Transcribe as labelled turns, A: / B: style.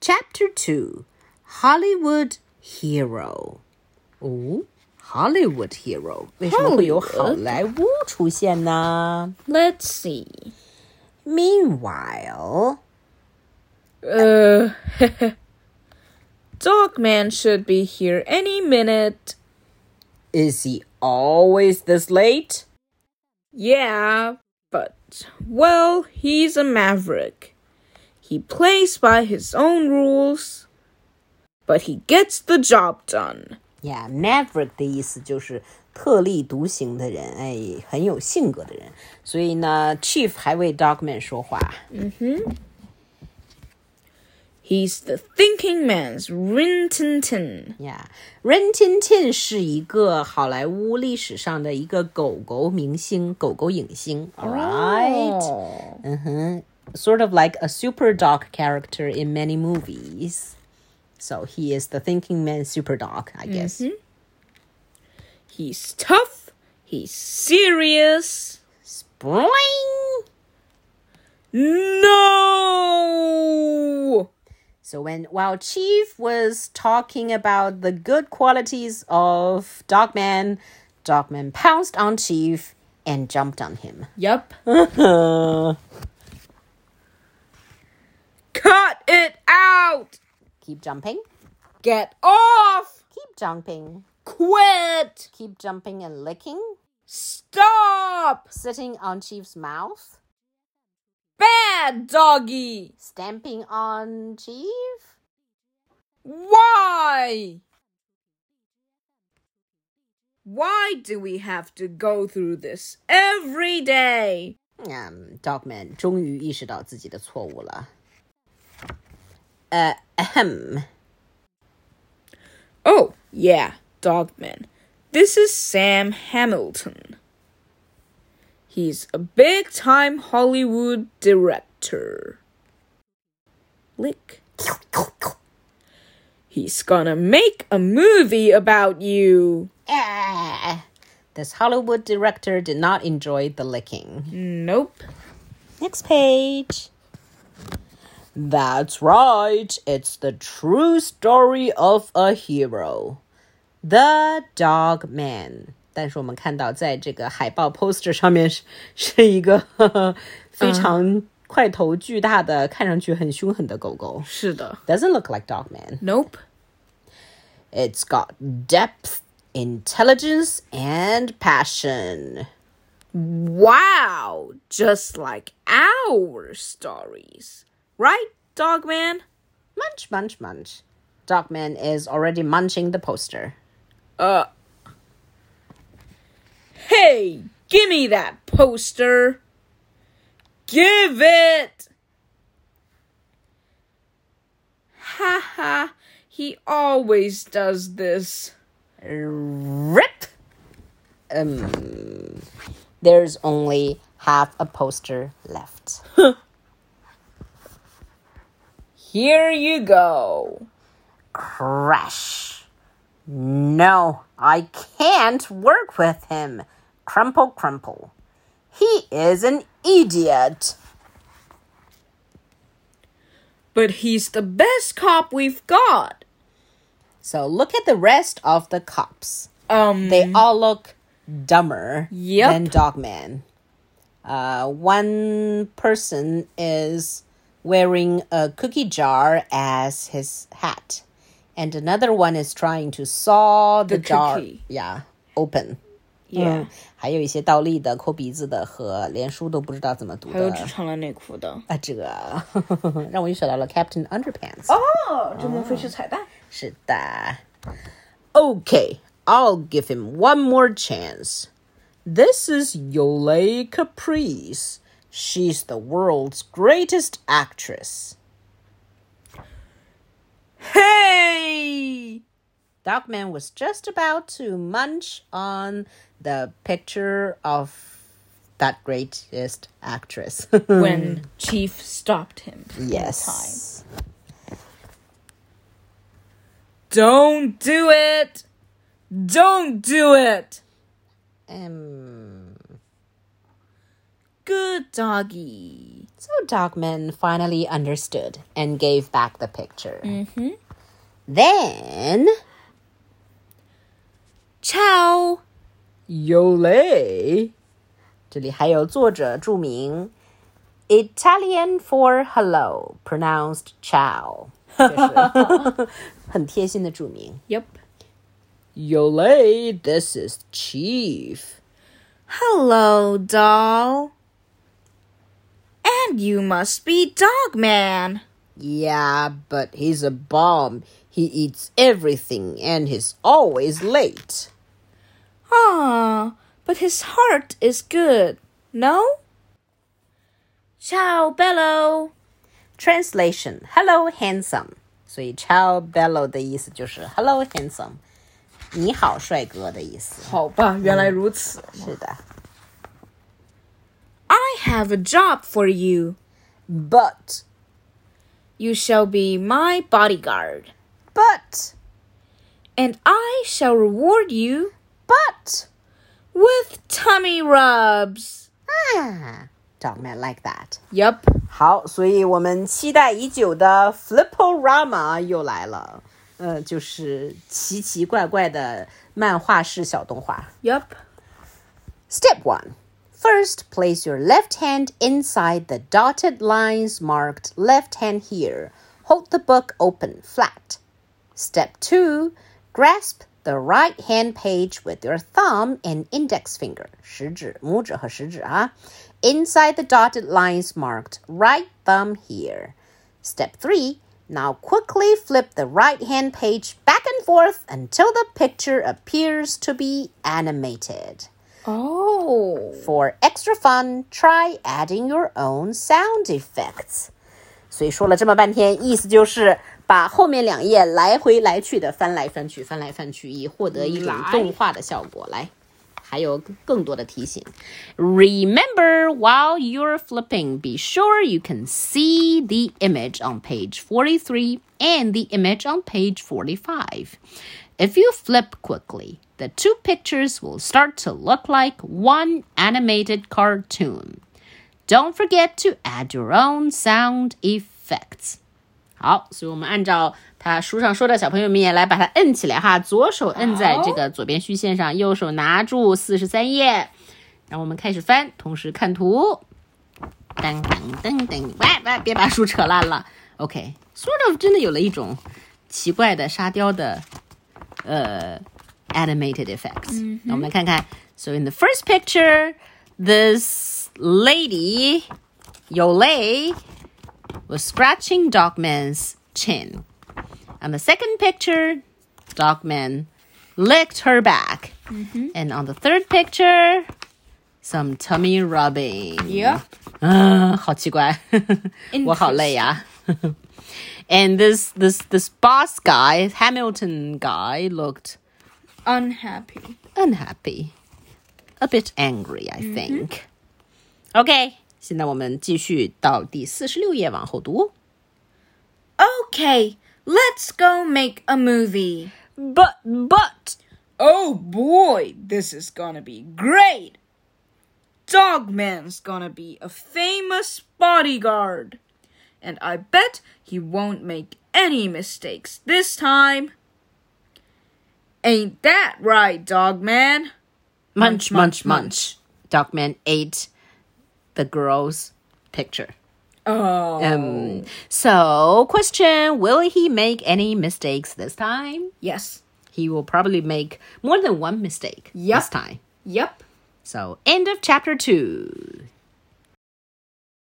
A: Chapter 2 Hollywood Hero. 哦，Hollywood Hero 为什么会有好
B: Hollywood？
A: 莱坞出现呢
B: Let's see.
A: ？Meanwhile,
B: Uh, Dogman should be here any minute.
A: is he always this late?
B: Yeah, but, well, he's a maverick. He plays by his own rules, but he gets the job done.
A: Yeah, maverick 的意思就是特立独行的人，哎，很有性格的人。所以呢，Chief 还为 Dogman 说话。
B: He's the thinking man's Rin Tin Tin.
A: Yeah，Ren Tin Tin 是一个好莱坞历史上的一个狗狗明星、狗狗影星。All right，、Uh-huh.
B: Oh.
A: sort of like a super dog character in many movies. So he is the thinking man super dog, I guess.
B: He's tough, he's serious.
A: Boing!
B: No!
A: So when while Chief was talking about the good qualities of Dogman, Dogman pounced on Chief and jumped on him.
B: Yup. Cut it out!
A: Keep jumping.
B: Get off!
A: Keep jumping.
B: Quit!
A: Keep jumping and licking.
B: Stop!
A: Sitting on Chief's mouth.
B: Bad doggy!
A: Stamping on Chief.
B: Why? Why do we have to go through this every day?
A: 嗯，Dogman Um, 终于意识到自己的错误了。呃，ahem，
B: Oh, yeah, Dogman. This is Sam Hamilton. He's a big time Hollywood director. Lick. He's gonna make a movie about you.
A: Ah, this Hollywood director did not enjoy the licking.
B: Nope.
A: Next page. That's right. It's the true story of a hero, the Dog Man. 但是我们看到，在这个海报 poster 上面 是是一个 呵呵非常块头巨大的、看上去很凶狠的狗狗。
B: 是的。
A: Doesn't look like Dog Man.
B: Nope.
A: It's got depth, intelligence, and passion.
B: Wow, just like our stories. Right, Dogman?
A: Munch, munch, munch. Dogman is already munching the poster.
B: Uh. Hey, gimme that poster. Give it. Ha ha, he always does this.
A: Rip! Um, there's only half a poster left.
B: Here you go.
A: Crash. No, I can't work with him. Crumple, crumple. He is an idiot.
B: But he's the best cop we've got.
A: So look at the rest of the cops.
B: Um,
A: They all look dumber
B: Yep.
A: than Dogman. Uh, one person is wearing a cookie jar as his hat, and another one is trying to saw the, jar.
B: cookie.
A: Yeah, open. Mm.
B: yeah.
A: 还有一些倒立的、抠鼻子的和连书都不知道怎么读的
B: 还有只穿了内裤的。
A: 啊，这个 让我又想到了 Captain Underpants。
B: 哦，这莫非是彩蛋？
A: 是的。Okay, I'll give him one more chance. This is Yole Caprice. She's the world's greatest actress.
B: Hey!
A: Dogman was just about to munch on the picture of that greatest actress.
B: When Chief stopped him.
A: yes.
B: Don't do it! Don't do it!
A: Um,
B: Good doggy.
A: So Dogman finally understood and gave back the picture. Then
B: Ciao.
A: Yole，这里还有作者注明，Italian for hello pronounced ciao，这 是 很贴心的注明。
B: Yep.
A: Yole, this is Chief.
B: Hello, doll. And you must be Dogman.
A: Yeah, but he's a bomb. He eats everything and he's always late.
B: Ah, but his heart is good, no? Ciao, Bello.
A: Translation: Hello, handsome. 所以 “ciao bello” 的意思就是 “hello, handsome”，你好，帅哥的意思。
B: 好吧，原来如此。
A: 是的。
B: I have a job for you.
A: But,
B: You shall be my bodyguard,
A: but,
B: and I shall reward you
A: but.
B: with tummy rubs.
A: Ah, Dogman like that.
B: Yup.
A: 好，所以我们期待已久的 Flipporama 又来了，呃，就是奇奇怪怪的漫画式小动画。
B: Yup.
A: Step one. First, place your left hand inside the dotted lines marked left hand here. Hold the book open flat. Step two. Grasp the right hand page with your thumb and index finger. 食指、拇指和食指啊。Inside the dotted lines marked right thumb here. Step 3. Now quickly flip the right hand page back and forth until the picture appears to be animated.
B: Oh.
A: For extra fun, try adding your own sound effects. 所以说了这么半天，意思就是把后面两页来回来去的翻来翻去，翻来翻去，以获得一种
B: 来
A: 动画的效果。来，还有更多的提醒。Remember, while you're flipping, be sure you can see the image on page 43 and the image on page 45. If you flip quickly, the two pictures will start to look like one animated cartoon. Don't forget to add your own sound effects. 好，所以我们按照他书上说的，小朋友们也来把它摁起来哈，左手摁在这个左边虚线上，右手拿住四十三页，然后我们开始翻，同时看图。噔噔噔噔，喂喂，别把书扯烂了。OK，sort、of 真的有了一种奇怪的沙雕的呃 animated effects。那我们来看看，so in the first picture, this lady Yole was scratching Dogman's chin. On the second picture, Dogman licked her back. And on the third picture, some tummy rubbing.
B: Yep.
A: 啊，好奇怪，我好累呀。And this this this boss guy, Hamilton guy, looked
B: Unhappy.
A: unhappy, a bit angry, I think. Okay, 现在我们继续到第四十六页往后读。
B: Okay, let's go make a movie.
A: But but
B: Oh boy, this is gonna be great! Dogman's gonna be a famous bodyguard. And I bet he won't make any mistakes this time. Ain't that right, Dogman?
A: munch munch munch, Dogman ate the girl's picture.
B: Oh.
A: Um, so question: Will he make any mistakes this time?
B: yes.
A: He will probably make more than one mistake
B: Yep.
A: this time.
B: Yep.
A: So end of chapter two.